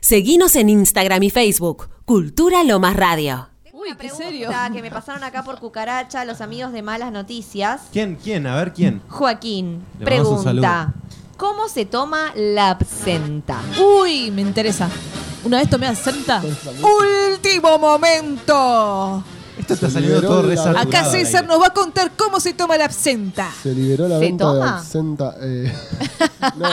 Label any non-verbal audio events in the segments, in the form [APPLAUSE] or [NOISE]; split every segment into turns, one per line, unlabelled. Seguinos en Instagram y Facebook. Cultura Lomas Radio.
Tengo
Uy,
una
qué
pregunta
serio.
que me pasaron acá por cucaracha los amigos de Malas Noticias.
¿Quién? ¿Quién? A ver, ¿quién?
Joaquín,
Le mandamos un
pregunta. ¿Cómo se toma la absenta?
Uy, me interesa. Una vez tomé absenta. Último momento.
Esto está
Se
saliendo
liberó
todo
de la-
resarculado
Acá
al
César
aire.
nos va a contar cómo se toma la absenta.
Se liberó la
¿Se
venta de
toma?
absenta. eh, [LAUGHS] no.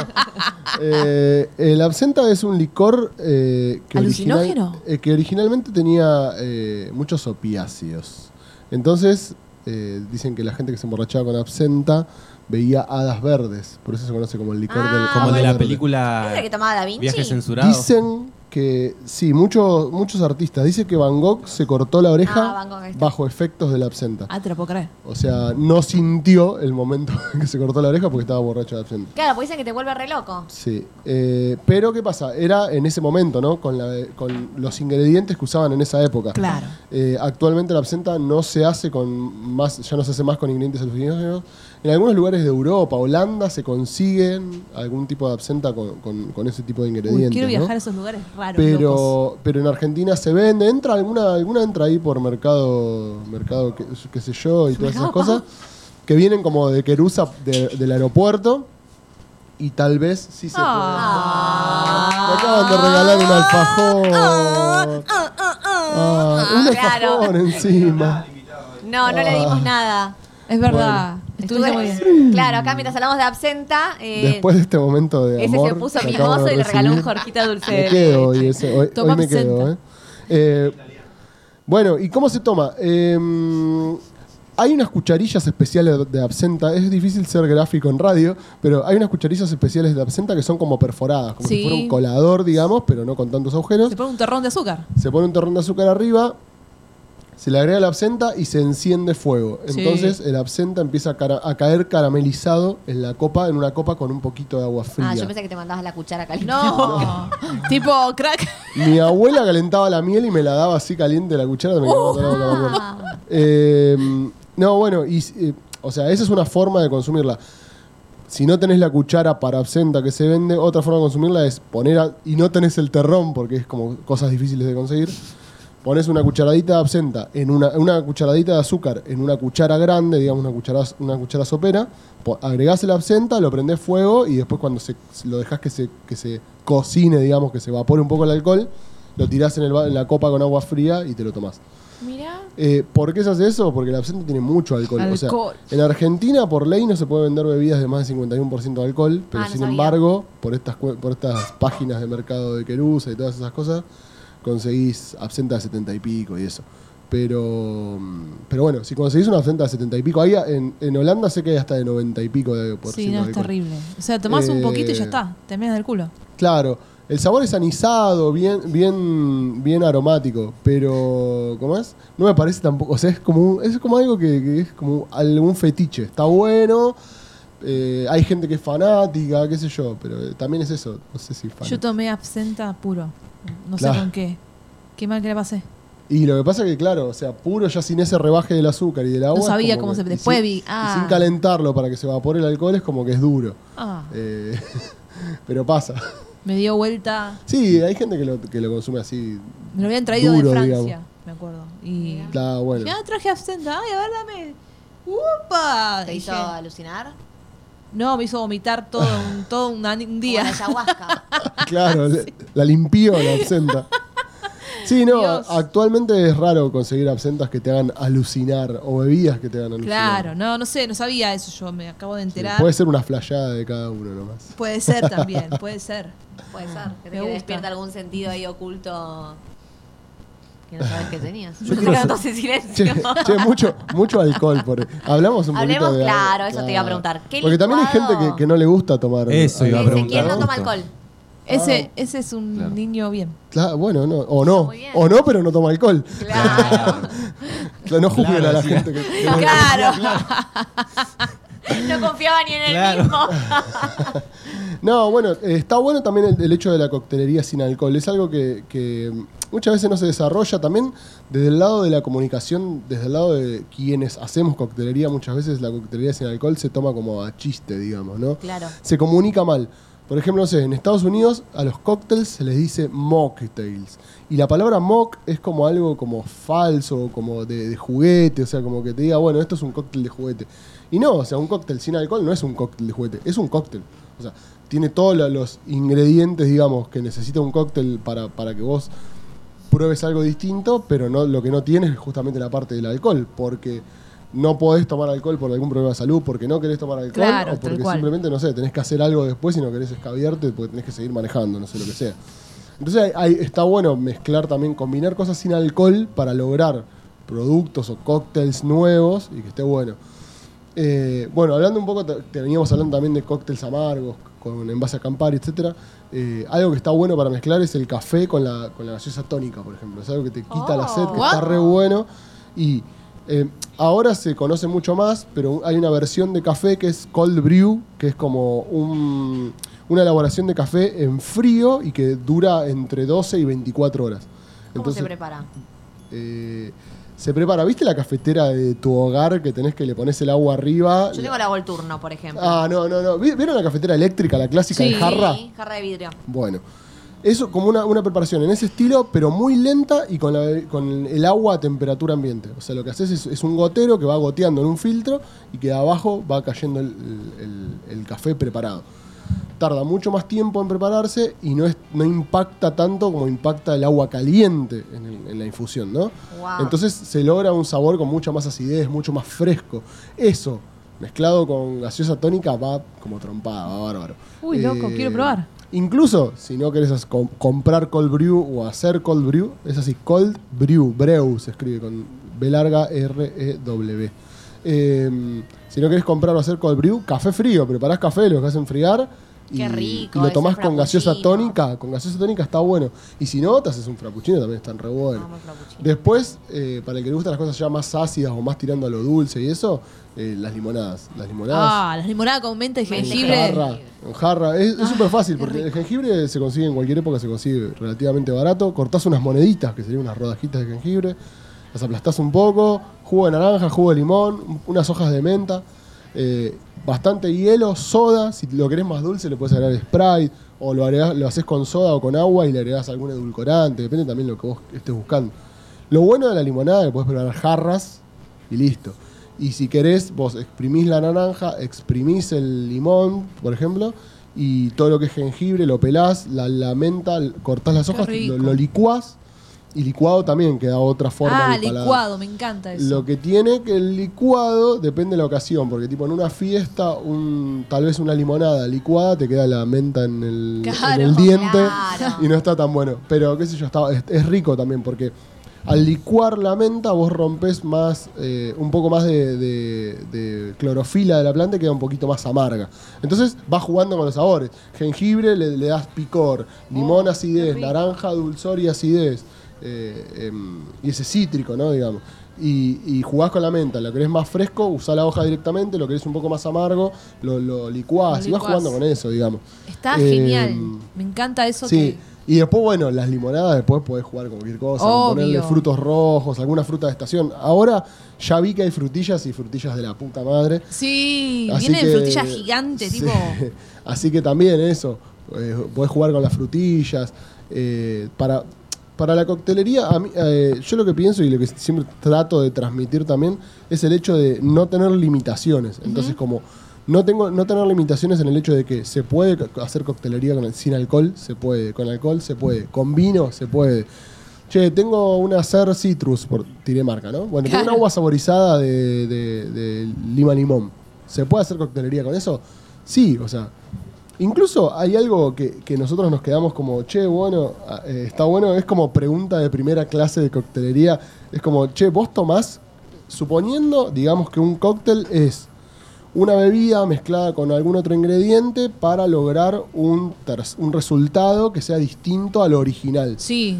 Eh, el absenta es un licor eh, que, original-
¿Alucinógeno?
eh, que originalmente tenía eh, muchos opiáceos. Entonces, eh, dicen que la gente que se emborrachaba con absenta veía hadas verdes. Por eso se conoce como el licor
Ah,
del
Como el de la
hada verde.
¿Es
Ah,
película
la que tomaba Da Vinci?
Viaje Censurado.
Dicen que, sí, muchos muchos artistas. Dice que Van Gogh se cortó la
Ah, Van Gogh,
oreja
ahí está.
bajo efectos de la absenta.
Ah, te lo puedo creer.
O sea, no sintió el momento [LAUGHS] en que se cortó la oreja porque estaba borracho de absenta.
Claro, pues dicen que te vuelve re loco.
Sí, eh, pero ¿qué pasa? Era en ese momento, ¿no? Con, la- con los ingredientes que usaban en esa época.
Claro.
Eh, actualmente la absenta no se hace con más, ya no se hace más con ingredientes alucinógenos. En algunos lugares de Europa, Holanda, se consiguen algún tipo de absenta con, con- con ese tipo de
Uy,
ingredientes.
quiero
¿no?
viajar a esos lugares raros. locos.
pero, pero en Argentina se vende, entra alguna, alguna entra ahí por mercado, mercado qué, qué sé
[LAUGHS]
yo, y todas esas cosas, que vienen como de Querusa de- del aeropuerto, y tal vez sí se puede.
Ah.
Me acaban de regalar un alfajor.
ah,
Ah, un
claro.
alfajor encima.
No, no le
Oh.
dimos nada.
Es verdad. Estuviste
Estuve-
muy bien.
Claro, acá mientras hablamos de absenta, eh,
Después de este momento de
ese
amor
se puso
que acabo
mimoso
de
y le regaló un
recibir.
jorjita dulce
Me
de
quedo
leche.
hoy, ese- hoy,
Toma
hoy me
absenta.
quedo. ¿eh? Eh, bueno, ¿y cómo se toma? Eh, hay unas cucharillas especiales de absenta. Es difícil ser gráfico en radio, pero hay unas cucharillas especiales de absenta que son como perforadas, como
Sí.
si fuera un colador, digamos, pero no con tantos agujeros.
Se pone un torrón de azúcar.
Se pone un torrón de azúcar arriba, se le agrega la absenta y se enciende fuego.
Sí.
Entonces el absenta empieza a, cara- a caer caramelizado en la copa, en una copa con un poquito de agua fría.
Ah, yo pensé que te mandabas la cuchara caliente.
[LAUGHS] No. [LAUGHS] tipo crack.
Mi abuela calentaba la miel y me la daba así caliente la cuchara. Me quedaba con la boca más buena. Eh, no, bueno, y, eh, o sea, esa es una forma de consumirla. Si no tenés la cuchara para absenta que se vende, otra forma de consumirla es poner, a- y no tenés el terrón porque es como cosas difíciles de conseguir, pones una cucharadita de absenta, en una, una cucharadita de azúcar en una cuchara grande, digamos una cuchara, una cuchara sopera, po- agregás el absenta, lo prendés fuego y después cuando se, lo dejás que se, que se cocine, digamos, que se evapore un poco el alcohol, lo tirás en, el va- en la copa con agua fría y te lo tomás.
Mira.
Eh, ¿Por qué se hace eso? Porque el absenta tiene mucho alcohol. O sea,
Alcohol.
en Argentina, por ley, no se puede vender bebidas de más de 51% de alcohol, pero
Ah, no
sin
sabía.
embargo, por estas, cue- por estas páginas de mercado de Querusa y todas esas cosas, conseguís absenta de 70 y pico y eso. Pero, mm, pero bueno, si conseguís una absenta de 70 y pico, ahí en, en Holanda sé que hay hasta de 90 y pico de por
Sí,
ciento
no,
de
es
alcohol.
terrible. O sea, tomás un
Eh,
poquito y ya está. Te meas del culo.
Claro, el sabor es anisado, bien, bien, bien aromático, pero ¿cómo es? No me parece tampoco, o sea, es como, un- es como algo que, que es como algún fetiche. Está bueno, eh, hay gente que es fanática, qué sé yo, pero eh, también es eso, no sé si fan.
Yo tomé absenta puro. No sé
Claro.
con qué. Qué mal que la pasé.
Y lo que pasa es que claro, o sea, puro ya sin ese rebaje del azúcar y del agua. es
sabía
como
cómo se-
y
después
sin-
vi, ah.
Y sin calentarlo para que se evapore el alcohol es como que es duro.
Ah,
Eh, [LAUGHS] pero pasa. [LAUGHS]
me dio vuelta.
Sí, hay gente que lo, que lo consume así.
Me lo habían traído
Duro,
de Francia,
digamos.
me acuerdo. Y
Está bueno.
ya traje absenta. Ay, a ver, dame. ¡Upa!
¿Te hizo
Dije,
alucinar?
no, me hizo vomitar todo
[LAUGHS]
un, todo un, ani- un
Como
día.
la ayahuasca.
Claro, le- la limpió la absenta. Sí, no,
Dios.
actualmente es raro conseguir absentas que te hagan alucinar o bebidas que te hagan alucinar.
Claro, no, no sé, no sabía eso yo. Me acabo de
Sí,
enterar.
Puede ser una flayada de cada
[LAUGHS]
uno nomás.
Puede ser
[LAUGHS]
también, puede ser.
Puede ser. Que te
Me
quede
gusta.
despierta algún sentido ahí oculto que no sabes que tenías. [LAUGHS]
Yo
Yo
quiero
te quedo
ser-
en silencio.
Che, che, mucho, mucho alcohol. Por... Hablamos un poquito
Hablemos,
de algo,
claro, eso te iba a preguntar. ¿Qué
Porque también hay
licuado?
gente que, que no le gusta tomar.
Eso iba a
alcohol.
Dice, ¿quién
preguntar
no toma
justo.
alcohol?
Ah.
Ese, ese es un
Claro.
niño bien.
Claro, bueno, no, o no.
Muy bien.
O no, pero no toma alcohol. [LAUGHS]
Claro.
Claro, No juzguen
Claro,
a la
decía.
gente que, que no-
Claro.
No confiaba ni en el
Claro.
mismo.
No, bueno, eh, está bueno también el, el hecho de la coctelería sin alcohol. Es algo que, que muchas veces no se desarrolla también desde el lado de la comunicación, desde el lado de quienes hacemos coctelería, muchas veces la coctelería sin alcohol se toma como a chiste, digamos, ¿no?
Claro.
Se comunica mal. Por ejemplo, no sé, en Estados Unidos a los cócteles se les dice mocktails. Y la palabra mock es como algo como falso, como de, de juguete, o sea, como que te diga, bueno, esto es un cóctel de juguete. Y no, o sea, un cóctel sin alcohol no es un cóctel de juguete, es un cóctel. O sea, tiene todos lo- los ingredientes, digamos, que necesita un cóctel para, para que vos pruebes algo distinto, pero no, lo que no tienes es justamente la parte del alcohol, porque no podés tomar alcohol por algún problema de salud, porque no querés tomar alcohol,
Claro,
o
tal
porque
cual.
simplemente, no sé, tenés que hacer algo después y no querés escabiarte porque tenés que seguir manejando, no sé lo que sea. Entonces hay- hay- está bueno mezclar también, combinar cosas sin alcohol para lograr productos o cócteles nuevos y que esté bueno. Eh, bueno, hablando un poco, te- te veníamos hablando también de cócteles amargos, con envase a campari, etc. algo que está bueno para mezclar es el café con la, con la gaseosa tónica, por ejemplo. Es algo que te quita la sed, que
Oh,
¿what?
está re bueno. Y eh, ahora se conoce mucho más, pero hay una versión de café que es cold brew, que es como un- una elaboración de café en frío y que dura entre 12 y 24 horas.
¿Cómo se prepara?
Eh, se prepara, ¿viste la cafetera de tu hogar que tenés que le pones el agua arriba?
Yo tengo la Volturno, por ejemplo.
Ah, no, no, no. ¿Vi- ¿Vieron la cafetera eléctrica, la clásica de
Sí.
jarra?
Sí, jarra de vidrio.
Bueno. Eso como una, una preparación en ese estilo, pero muy lenta y con, la- con el agua a temperatura ambiente. O sea, lo que haces es, es un gotero que va goteando en un filtro y que de abajo va cayendo el, el- el- el café preparado. Tarda mucho más tiempo en prepararse y no, es, no impacta tanto como impacta el agua caliente en, el- en la infusión, ¿no?
Guau.
Entonces se logra un sabor con mucha más acidez, mucho más fresco. Eso, mezclado con gaseosa tónica, va como trompada, va bárbaro.
Uy, loco, quiero probar.
Eh, Incluso si no querés as- com- comprar cold brew o hacer cold brew, es así, cold brew, breu se escribe con B larga R E W. Eh, si no querés comprar o hacer cold brew, café frío, preparás café, lo dejás enfriar y,
Qué rico,
y lo
ese
tomás con gaseosa
frappuccino.
tónica. Con gaseosa tónica está bueno. Y si no, te haces un frappuccino, también están re bueno.
Vamos, frappuccino.
Después, eh, para el que le gustan las cosas ya más ácidas o más tirando a lo dulce y eso, eh, las limonadas. Las limonadas
Ah, las limonadas con menta y
Menta y
en
jengibre.
jarra, en jarra. Es es súper fácil, porque el jengibre se consigue en cualquier época, se consigue relativamente barato. Cortás unas moneditas, que serían unas rodajitas de jengibre, las aplastás un poco, jugo de naranja, jugo de limón, unas hojas de menta, eh, bastante hielo, soda. Si lo querés más dulce, le puedes agregar Sprite, o lo, agregás- lo haces con soda o con agua y le agregás algún edulcorante, depende también lo que vos estés buscando. Lo bueno de la limonada es que podés preparar jarras y listo. Y si querés, vos exprimís la naranja, exprimís el limón, por ejemplo, y todo lo que es jengibre lo pelás, la, la menta, l- cortás las hojas,
rico.
lo, lo licuás. Y licuado también queda otra forma.
Ah,
del paladar.
licuado, me encanta eso.
Lo que tiene que el licuado depende de la ocasión, porque tipo en una fiesta, un, tal vez una limonada licuada te queda la menta en el,
Claro,
en el diente
claro.
y no está tan bueno. Pero qué sé yo, está- es, es rico también, porque al licuar la menta vos rompes más, eh, un poco más de, de- de clorofila de la planta y queda un poquito más amarga. Entonces vas jugando con los sabores. Jengibre le, le das picor, limón
Oh,
acidez, naranja dulzor y acidez. Eh, em, y ese cítrico, ¿no? Digamos. Y, y jugás con la menta. Lo querés más fresco, usá la hoja directamente. Lo querés un poco más amargo, lo, lo licuás.
Lo
Y vas
licuás.
jugando con eso, digamos.
Está
Eh,
genial. Me encanta eso.
Sí. Y después, bueno, las limonadas, después podés jugar con cualquier cosa,
Obvio.
ponerle frutos rojos, alguna fruta de estación. Ahora ya vi que hay frutillas y frutillas de la puta madre.
Que... Sí,
Así
vienen
que-
frutillas gigantes,
sí.
tipo.
[LAUGHS] Así que también eso. eh, podés jugar con las frutillas. eh, para, para la coctelería, a mí, eh, yo lo que pienso y lo que siempre trato de transmitir también es el hecho de no tener limitaciones. Entonces, como. No, tengo, no tener limitaciones en el hecho de que se puede co- hacer coctelería con el- sin alcohol, se puede, con alcohol se puede, con vino se puede. Che, tengo una Ser Citrus, por, tiré marca, ¿no? Bueno, tengo
Claro.
una agua saborizada de, de- de lima limón. ¿Se puede hacer coctelería con eso? Sí, o sea. Incluso hay algo que, que nosotros nos quedamos como, che, bueno, ah, eh, está bueno, es como pregunta de primera clase de coctelería. Es como, che, vos tomás, suponiendo, digamos que un cóctel es una bebida mezclada con algún otro ingrediente para lograr un, ter- un resultado que sea distinto al original.
Sí.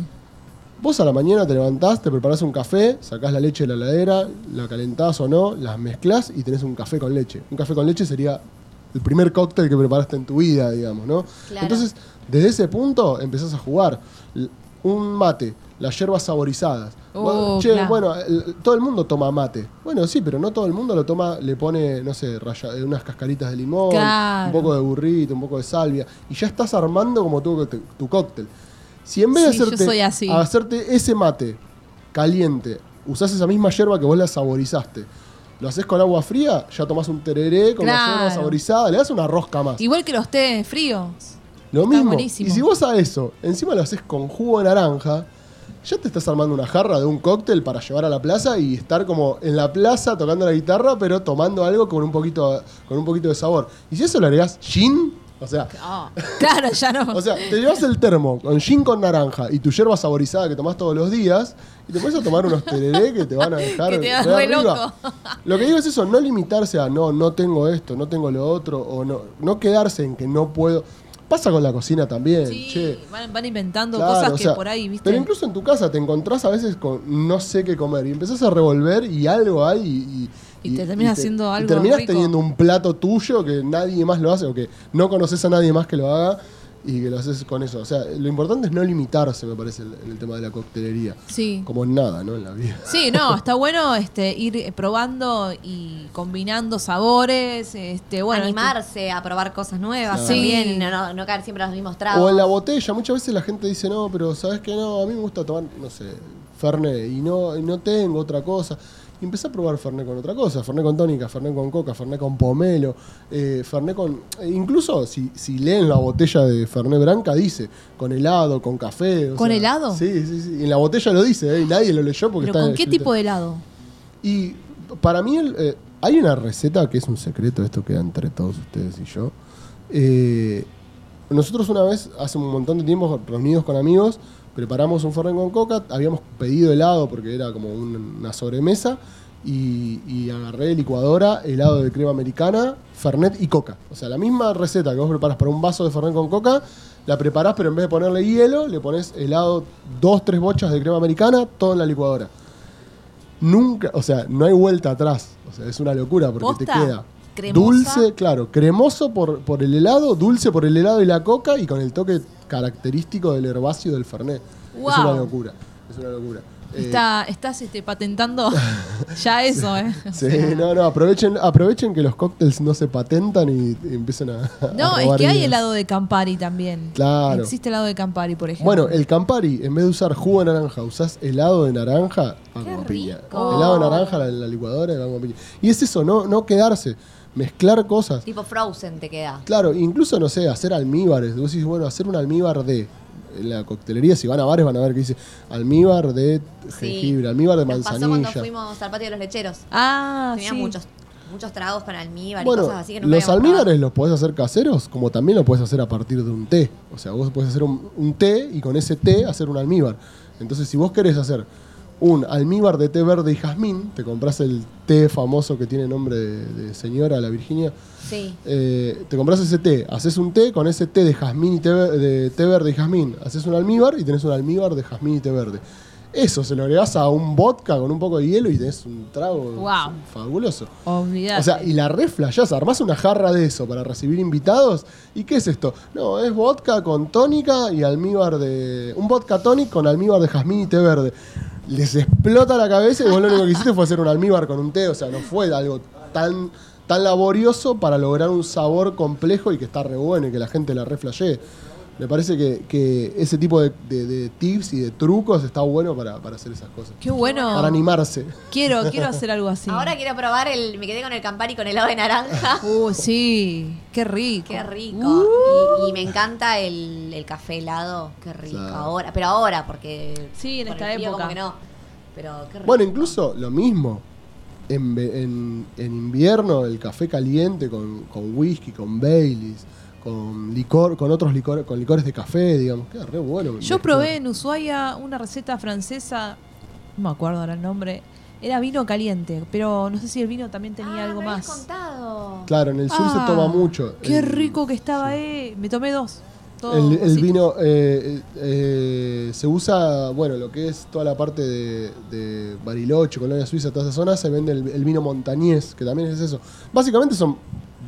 Vos a la mañana te levantás, te preparás un café, sacás la leche de la heladera, la calentás o no, las mezclás y tenés un café con leche. Un café con leche sería el primer cóctel que preparaste en tu vida, digamos, ¿no?
Claro.
Entonces, desde ese punto empezás a jugar. L- un mate, las hierbas saborizadas.
Uh,
Bueno, che,
claro.
bueno, el- todo el mundo toma mate. Bueno, sí, pero no todo el mundo lo toma, le pone, no sé, raya- eh, unas cascaritas de limón,
Claro.
un poco de burrito, un poco de salvia. Y ya estás armando como tu, tu- tu cóctel. Si en vez
Sí,
de
yo
hacerte,
soy así.
hacerte ese mate caliente, usás esa misma hierba que vos la saborizaste, lo haces con agua fría, ya tomás un tereré con la hierba
Claro.
saborizada, le das una rosca más.
Igual que los té fríos.
Lo
Está
mismo.
buenísimo.
Y si vos a eso, encima lo haces con jugo de naranja, ya te estás armando una jarra de un cóctel para llevar a la plaza y estar como en la plaza tocando la guitarra, pero tomando algo con un poquito, con un poquito de sabor. Y si eso le agregás gin, o sea,
Ah,
Claro, ya
[LAUGHS]
no.
o sea, te llevas el termo con gin con naranja y tu yerba saborizada que tomás todos los días y te pones a tomar unos tereré que te
[LAUGHS]
van a dejar
Que te vas
re
re
arriba.
loco.
Lo que digo es eso, no limitarse a no, no tengo esto, no tengo lo otro, o no, no quedarse en que no puedo. Pasa con la cocina también,
Sí,
che.
van, van inventando
Claro,
cosas
o
que
sea,
por ahí, ¿viste?
Pero incluso en tu casa te encontrás a veces con no sé qué comer y empezás a revolver y algo hay y.
Y te terminas haciendo algo
terminas
rico.
teniendo un plato tuyo que nadie más lo hace o que no conoces a nadie más que lo haga y que lo haces con eso. O sea, lo importante es no limitarse, me parece, en en el tema de la coctelería.
Sí.
Como en nada, ¿no? En la vida.
Sí, no, está bueno este, ir eh, probando y combinando sabores. Este, bueno,
animarse a probar cosas nuevas
Sí.
también, no, no, no caer siempre en los mismos tragos.
O en la botella, muchas veces la gente dice, no, pero ¿sabes qué? No, a mí me gusta tomar, no sé, Fernet y no, y no tengo otra cosa. Y empecé a probar Fernet con otra cosa, Fernet con tónica, Fernet con coca, Fernet con pomelo, eh, Fernet con... e incluso si, si leen la botella de Fernet Branca, dice, con helado, con café. o
¿Con helado?
Sí, sí, sí. Y en la botella lo dice, eh, y nadie lo leyó porque
¿Pero
está
con qué
escrito.
tipo de helado?
Y para mí el, eh, hay una receta que es un secreto, esto queda entre todos ustedes y yo. Eh, nosotros una vez, hace un montón de tiempo, reunidos con amigos, preparamos un forren con coca, habíamos pedido helado porque era como un- una sobremesa, y, y agarré licuadora, helado de crema americana, fernet y coca. O sea, la misma receta que vos preparás para un vaso de fernet con coca, la preparás, pero en vez de ponerle hielo, le pones helado, dos, tres bochas de crema americana, todo en la licuadora. Nunca, o sea, no hay vuelta atrás. O sea, es una locura porque te
Posta,
queda
cremosa.
dulce, claro, cremoso por, por el helado, dulce por el helado y la coca y con el toque característico del herbáceo del Fernet. Es
Guau.
una locura, es una locura. Eh,
Está, estás este,
[LAUGHS]
patentando ya eso, ¿eh?
sí, no, no, aprovechen, aprovechen que los cócteles no se patentan y, y empiezan a. a
No, es
robar
que hay
ideas.
helado de Campari también.
Claro.
Existe helado de Campari, por ejemplo.
Bueno, eh, el Campari, en vez de usar jugo de naranja, usás helado de naranja, agua con piña.
rico.
Helado de naranja, la, la licuadora, agua con piña. Y es eso, no, no quedarse, mezclar cosas.
Tipo Frozen te queda.
Claro, incluso, no sé, hacer almíbares. Vos decís, bueno, hacer un almíbar de... En la coctelería, si van a bares, van a ver que dice almíbar de jengibre, almíbar de
Nos pasó cuando
manzanilla.
fuimos al patio de los lecheros.
Ah,
Tenía
sí.
muchos, muchos tragos con almíbar y
Bueno,
cosas así que no
los almíbares los podés hacer caseros, como también lo podés hacer a partir de un té. O sea, vos podés hacer un, un té y con ese té hacer un almíbar. Entonces, si vos querés hacer un almíbar de té verde y jazmín, te compras el té famoso que tiene nombre de, de señora, la Virginia.
Sí.
Eh, te compras ese té, haces un té con ese té de jazmín y té, ver- de té verde y jazmín, haces un almíbar y tenés un almíbar de jazmín y té verde. Eso se lo agregás a un vodka con un poco de hielo y tenés un trago
Guau.
fabuloso.
Olvidate.
O sea, y la reflayás, armás una jarra de eso para recibir invitados. ¿Y qué es esto? No, es vodka con tónica y almíbar de. Un vodka tonic con almíbar de jazmín y té verde. Les explota la cabeza y vos lo único que hiciste fue hacer un almíbar con un té. O sea, no fue algo tan, tan laborioso para lograr un sabor complejo y que está re bueno y que la gente la reflashee. Me parece que, que ese tipo de, de- de tips y de trucos está bueno para, para hacer esas cosas.
Qué bueno.
Para animarse.
Quiero, quiero hacer algo así.
Ahora quiero probar el. Me quedé con el Campari con helado de naranja.
Uh, sí. Qué rico.
Qué rico. Y, y me encanta el, el café helado. Qué rico.
Claro.
Ahora, pero ahora, porque.
Sí, en
por el
esta
frío
época.
Como que no. Pero qué rico.
Bueno, incluso lo mismo. En, ve- en- en invierno, el café caliente con, con whisky, con Baileys, con licor, con otros licores, con licores de café, digamos, queda re bueno.
Yo probé en Ushuaia una receta francesa, no me acuerdo ahora el nombre, era vino caliente, pero no sé si el vino también
Ah,
tenía algo
me habías
más.
contado.
Claro, en el sur
Ah,
se toma mucho.
Qué
El-
rico que estaba, eh. Me tomé dos. todo
El, el
así.
vino eh, eh, se usa, bueno, lo que es toda la parte de, de Bariloche, Colonia Suiza, toda esa zona, se vende el, el vino montañés, que también es eso. Básicamente son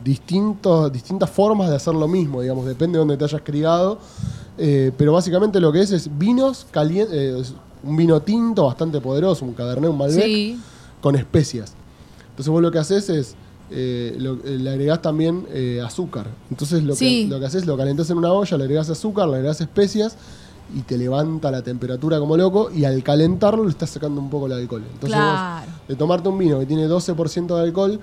distintos, distintas formas de hacer lo mismo, digamos, depende de dónde te hayas criado. Eh, pero básicamente lo que es es vinos calientes, eh, un vino tinto bastante poderoso, un cabernet, un malbec,
Sí.
con especias. Entonces vos lo que haces es, eh, lo- eh, le agregás también eh, azúcar. Entonces lo,
Sí.
que, lo que haces lo calentás en una olla, le agregás azúcar, le agregás especias y te levanta la temperatura como loco y al calentarlo le estás sacando un poco el alcohol. Entonces vos,
Claro.
de tomarte un vino que tiene 12% de alcohol,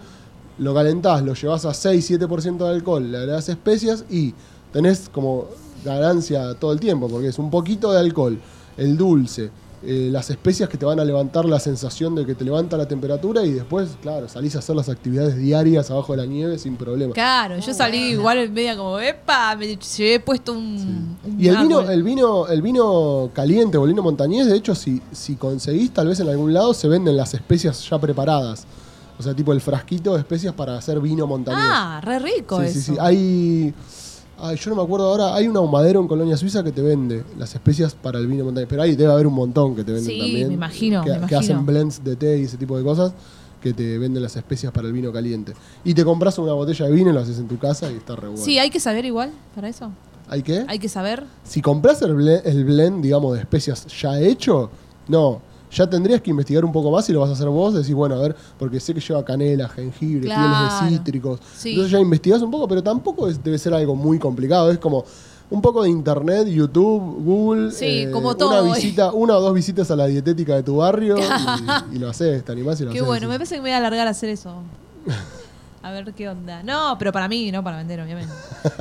lo calentás, lo llevas a 6-7% de alcohol, le agregás especias y tenés como ganancia todo el tiempo, porque es un poquito de alcohol, el dulce, eh, las especias que te van a levantar la sensación de que te levanta la temperatura y después, claro, salís a hacer las actividades diarias abajo de la nieve sin problema.
Claro, yo salí igual media como, epa, me llevé puesto un. un
Y el vino,
árbol".
el vino, el vino caliente o el vino montañés, de hecho, si, si conseguís, tal vez en algún lado se venden las especias ya preparadas. O sea, tipo el frasquito de especias para hacer vino montañés.
Ah, re rico
sí,
eso.
sí, sí. Hay. ay, yo no me acuerdo ahora, hay un ahumadero en Colonia Suiza que te vende las especias para el vino montañés. Pero ahí debe haber un montón que te venden
Sí,
también.
me imagino,
Que,
me
que hacen
imagino.
blends de té y ese tipo de cosas que te venden las especias para el vino caliente. Y te compras una botella de vino, lo haces en tu casa y está re bueno.
Sí, hay que saber igual para eso.
¿Eh? ¿Hay qué?
Hay que saber.
Si compras el, ble- el blend, digamos, de especias ya hecho, no. Ya tendrías que investigar un poco más y lo vas a hacer vos. Decís, bueno, a ver, porque sé que lleva canela, jengibre, pieles
Claro.
de cítricos.
Sí.
Entonces ya investigás un poco, pero tampoco es- debe ser algo muy complicado. Es como un poco de internet, YouTube, Google.
Sí, como todo,
Una,
eh.
visita, una o dos visitas a la dietética de tu barrio
[LAUGHS]
y, y lo haces, te animás y lo
Qué
haces.
bueno, me parece que me voy a alargar a
[LAUGHS]
hacer eso. A ver qué onda. No, pero para mí, no para vender, obviamente.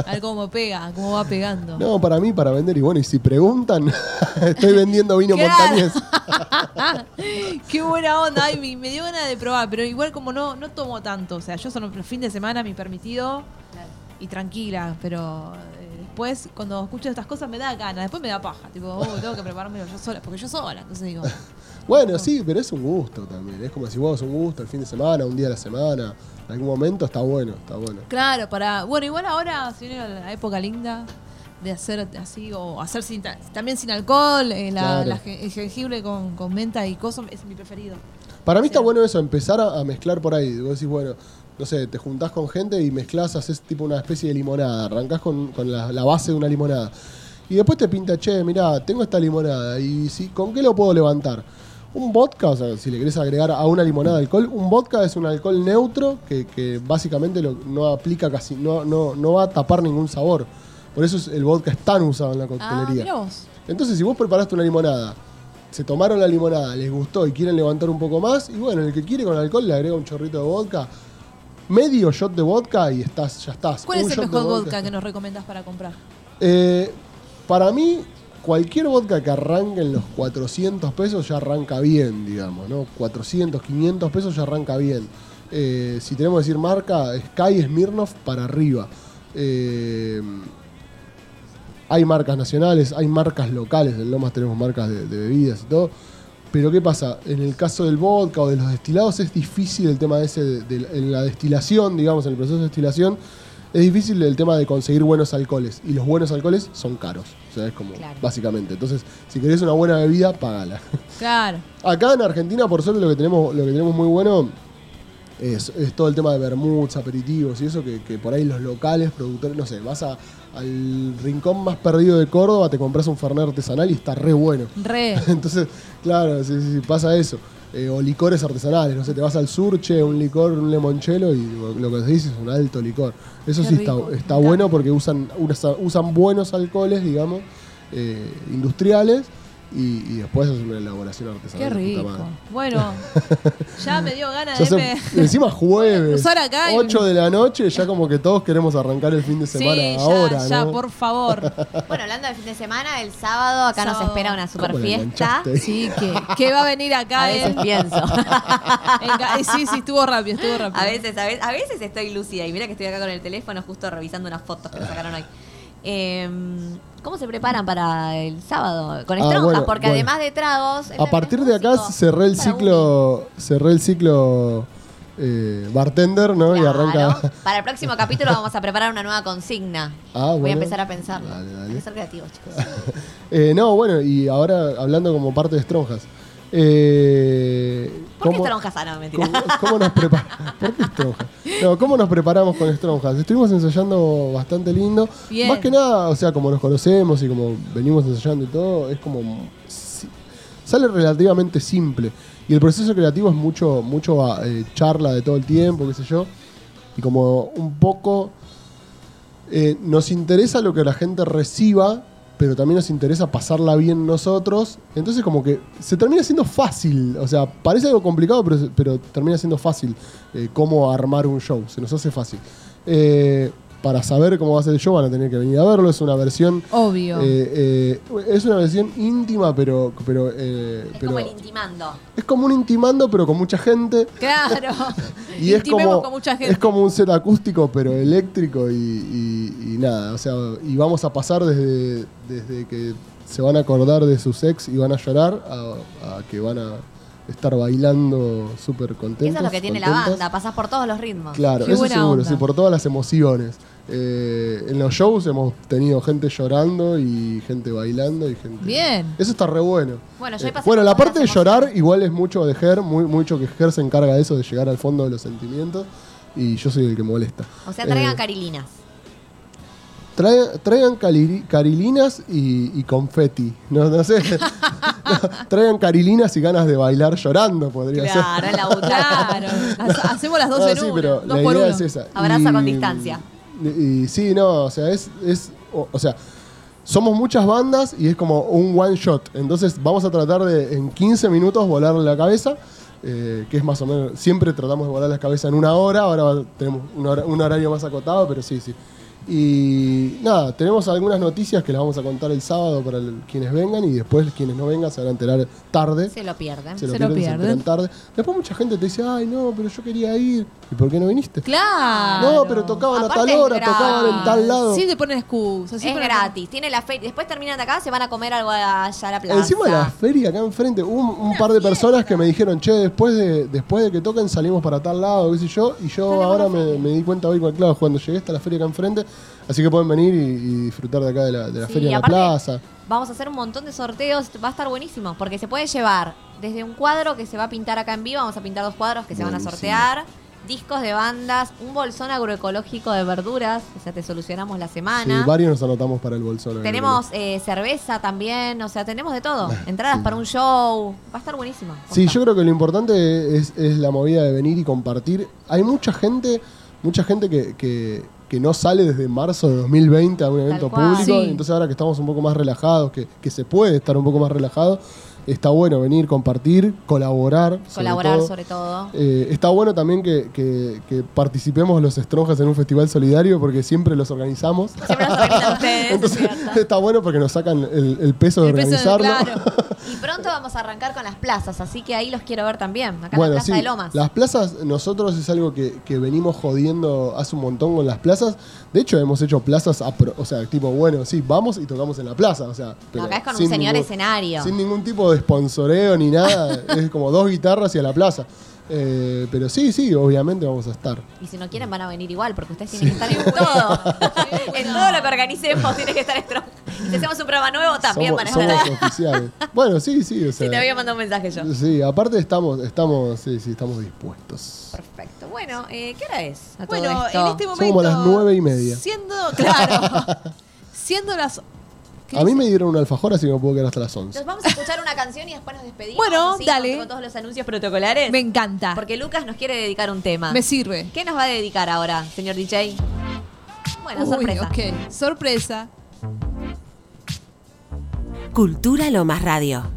A ver cómo pega, cómo va pegando.
No, para mí, para vender. Y bueno, y si preguntan, [LAUGHS] estoy vendiendo vino
Claro.
montañés.
Qué buena onda, ay, me, me dio ganas de probar, pero igual como no, no tomo tanto, o sea, yo solo el fin de semana mi permitido y tranquila, pero eh, después cuando escucho estas cosas me da ganas, después me da paja, tipo, oh, tengo que preparármelo yo sola, porque yo sola, entonces digo,
Bueno, sí, pero es un gusto también. Es como si vos un gusto el fin de semana, un día a la semana, en algún momento está bueno, está bueno.
claro, para, bueno, igual ahora se viene la época linda de hacer así, o hacer sin, ta- también sin alcohol, eh, la,
Claro.
la gen- el jengibre con, con menta y cosas, es mi preferido.
Para mí está bueno eso, empezar a, a mezclar por ahí. Vos decís, bueno, no sé, te juntás con gente y mezclás, haces tipo una especie de limonada. Arrancás con, con la, la base de una limonada. Y después te pinta, che, mirá, tengo esta limonada. ¿Y si, con qué lo puedo levantar? Un vodka, o sea, si le querés agregar a una limonada alcohol, un vodka es un alcohol neutro que, que básicamente lo- no aplica casi, no, no, no va a tapar ningún sabor. Por eso es- el vodka es tan usado en la
Ah,
coctelería.
mira vos.
Entonces, si vos preparaste una limonada, se tomaron la limonada, les gustó y quieren levantar un poco más, y bueno, el que quiere con alcohol le agrega un chorrito de vodka, medio shot de vodka y estás, ya estás.
¿Cuál
Un
es el
shot de
mejor vodka que
está.
nos recomendás para comprar?
Eh, para mí, cualquier vodka que arranque en los 400 pesos ya arranca bien, digamos, ¿no? 400, 500 pesos ya arranca bien. Eh, si tenemos que decir marca, Sky Smirnoff para arriba. Eh, hay marcas nacionales, hay marcas locales, en Lomas tenemos marcas de, de bebidas y todo. Pero ¿qué pasa? En el caso del vodka o de los destilados es difícil el tema ese, de, de- en la destilación, digamos, en el proceso de destilación, es difícil el tema de conseguir buenos alcoholes. Y los buenos alcoholes son caros, o sea, es como,
Claro.
básicamente. Entonces, si querés una buena bebida, [LAUGHS] pagala.
Claro.
Acá en Argentina, por suerte, lo que tenemos, lo que tenemos muy bueno es, es todo el tema de vermuts, aperitivos y eso, que, que por ahí los locales, productores, no sé, vas a- al rincón más perdido de Córdoba, te compras un Fernet artesanal y está re bueno.
Re.
[LAUGHS] Entonces, claro, sí, sí, sí, pasa eso. Eh, o licores artesanales, no sé, te vas al surche, un licor, un limonchelo y lo, lo que se dice es un alto licor. Eso
Qué
sí
rico,
está, está
me
bueno porque usan, usa- usan buenos alcoholes, digamos, eh, industriales y, y después es una elaboración artesanal.
Qué
de puta
rico.
madre. [LAUGHS]
Bueno, ya me dio ganas
Ya
de
se- [LAUGHS]
me-
encima jueves,
Cruzar acá y-
8 de la noche, ya como que todos queremos arrancar el fin de
Sí,
semana
ya,
ahora.
ya,
¿no?
por favor.
[LAUGHS]
Bueno, hablando del fin de semana, el sábado acá
Sábado.
nos espera una
¿Cómo la
super fiesta.
enganchaste?
Sí, que, que va a venir acá.
A veces
[LAUGHS]
él.
pienso.
Venga, eh, sí, sí, estuvo rápido, estuvo rápido.
A veces, a veces, a veces estoy lúcida y mira que estoy acá con el teléfono justo revisando unas fotos que me sacaron hoy. Em, ¿Cómo se preparan para el sábado? Con
Ah,
estronjas,
bueno,
porque
bueno.
además de tragos. él
A
también
partir
es
de acá
músico.
cerré el
Para
ciclo, cerré el ciclo eh, bartender, ¿no?
un-
Y
Claro.
arranca. [LAUGHS]
Para el próximo capítulo vamos a preparar una nueva consigna. Voy
Ah,
a
bueno.
empezar a pensarlo.
Dale, dale.
Hay que ser creativos, chicos.
Eh, no, bueno, y ahora hablando como parte de Stronjas. Eh,
¿Por qué
¿cómo-
estronjas? Ah, no, mentira.
¿Cómo, cómo nos preparamos? [LAUGHS] No, ¿cómo nos preparamos con Stronjas? Estuvimos ensayando bastante lindo.
Bien.
Más que nada, o sea, como nos conocemos y como venimos ensayando y todo, es como. si- Sale relativamente simple. Y el proceso creativo es mucho, mucho eh, charla de todo el tiempo, qué sé yo. Y como un poco. eh, nos interesa lo que la gente reciba, pero también nos interesa pasarla bien nosotros. Entonces como que se termina siendo fácil. O sea, parece algo complicado, pero, pero termina siendo fácil eh, cómo armar un show. Se nos hace fácil. Eh, para saber cómo va a ser el show van a tener que venir a verlo. Es una versión...
Obvio.
eh, eh, es una versión íntima, pero... pero, eh,
Es
pero
como el intimando.
es como un intimando, pero con mucha gente. [LAUGHS]
Claro. [LAUGHS]
Y es
Intimemos
como,
con mucha gente.
es como un set acústico, pero eléctrico y, y- y nada. O sea, y vamos a pasar desde, desde que se van a acordar de sus ex y van a llorar a, a que van a estar bailando súper contentos.
Eso es lo que tiene la
contentas.
banda, pasás por todos los ritmos.
Claro,
Qué
eso
buena
seguro,
onda.
sí, por todas las emociones. Eh, en los shows hemos tenido gente llorando y gente bailando y gente.
Bien.
Eso está re bueno.
Bueno, yo ahí
Eh,
pasé
bueno,
por
la
todas
parte de
las
llorar
emociones.
igual es mucho de Ger, muy, mucho que Ger se encarga de eso, de llegar al fondo de los sentimientos. Y yo soy el que molesta.
O sea, traigan
Eh,
carilinas.
Trae- traigan cali- carilinas y, y confeti. No,
[LAUGHS]
no sé. [LAUGHS] No, traigan carilinas y ganas de bailar llorando, podría ser.
Claro, en la
[LAUGHS]
butaca.
Claro. Ha- Hacemos las dos
No,
en
sí,
una,
pero
dos
la
por
idea
uno.
es esa.
Abraza con distancia.
Y, y sí, no, o sea, es, es o, o sea, somos muchas bandas y es como un one shot. Entonces vamos a tratar de en 15 minutos volar la cabeza, eh, que es más o menos, siempre tratamos de volar la cabeza en una hora, ahora va- tenemos un, hora- un horario más acotado, pero sí, sí. Y nada, tenemos algunas noticias que las vamos a contar el sábado para el- quienes vengan y después quienes no vengan se van a enterar tarde
¿eh? Se lo pierden.
se lo,
Se lo
pierden, se
pierden.
enteran tarde. Después mucha gente te dice, ay, no, pero yo quería ir. ¿Y por qué no viniste?
Claro.
No, pero tocaban a
Aparte
tal
es
hora,
gratis.
tocaban en tal lado.
Sí, te ponen excusas.
Es gratis. Tiene la feria. Después terminan de acá, se van a comer algo allá a la plaza.
Encima de la feria acá enfrente, hubo un, un par de personas que me dijeron, che, después de, después de que toquen salimos para tal lado, qué sé yo, y yo ahora me, me di cuenta hoy con claro, cuando llegué hasta la feria acá enfrente, así que pueden venir y, y disfrutar de acá de la, de la
Sí,
feria en la
aparte,
plaza.
Vamos a hacer un montón de sorteos, va a estar buenísimo, porque se puede llevar desde un cuadro que se va a pintar acá en vivo, vamos a pintar dos cuadros que se van a
Buenísimo.
sortear, discos de bandas, un bolsón agroecológico de verduras, o sea, te solucionamos la
Sí,
semana.
varios nos anotamos para el bolsón.
tenemos eh, cerveza también, o sea, tenemos de
[LAUGHS]
todo. Entradas para un show, va a estar buenísimo.
Sí,
posta.
yo creo que lo importante es, es la movida de venir y compartir. Hay mucha gente, mucha gente que, que- que no sale desde marzo de 2020 a un evento
cual.
público.
Sí.
Entonces ahora que estamos un poco más relajados, que, que se puede estar un poco más relajado, está bueno venir, compartir, colaborar. sobre
Colaborar
todo.
sobre
[LAUGHS]
todo.
Eh, está bueno también que, que- que participemos los Stronjas en un festival solidario porque siempre los organizamos.
Siempre nos organizan ustedes,
Entonces [LAUGHS]
es cierto.
está bueno porque nos sacan el, el peso de
El peso de-
organizarlo. [LAUGHS]
claro.
Y pronto vamos a arrancar con las plazas, así que ahí los quiero ver también. Acá en la Plaza de Lomas.
Las plazas, nosotros es algo que, que venimos jodiendo hace un montón con las plazas. De hecho, hemos hecho plazas, a pro- o sea, tipo, bueno, sí, vamos y tocamos en la plaza. O sea, pero
Acá es con un
sin
señor
ningún-
escenario.
Sin ningún tipo de sponsoreo ni
[LAUGHS]
nada. es como dos guitarras y a la plaza. Eh, pero sí, sí, obviamente vamos a estar.
Y si no quieren van a venir igual, porque ustedes tienen que estar en todo. [LAUGHS] en todo lo que organicemos tienen que estar strong. Y si hacemos un programa nuevo, también
somos,
van a estar. [LAUGHS]
somos oficiales. bueno, sí, sí, o sea.
Sí, te había mandado un mensaje yo.
sí, aparte estamos, estamos, sí, sí, estamos dispuestos.
Perfecto. Bueno, eh, ¿qué hora es? a todo
Bueno,
esto?
en este
Son
momento.
como las nueve y media.
Siendo, claro.
[LAUGHS]
siendo las. ¿qué
A mí
dice?
me dieron un alfajor, así que me puedo quedar hasta las 11.
Nos vamos a escuchar una canción y después nos despedimos.
Bueno,
así,
dale.
Con todos los anuncios protocolares.
Me encanta.
Porque Lucas nos quiere dedicar un tema.
me sirve.
¿Qué nos va a dedicar ahora, señor DJ? Bueno,
Uy,
sorpresa.
ok. Sorpresa.
Cultura Lomas Radio.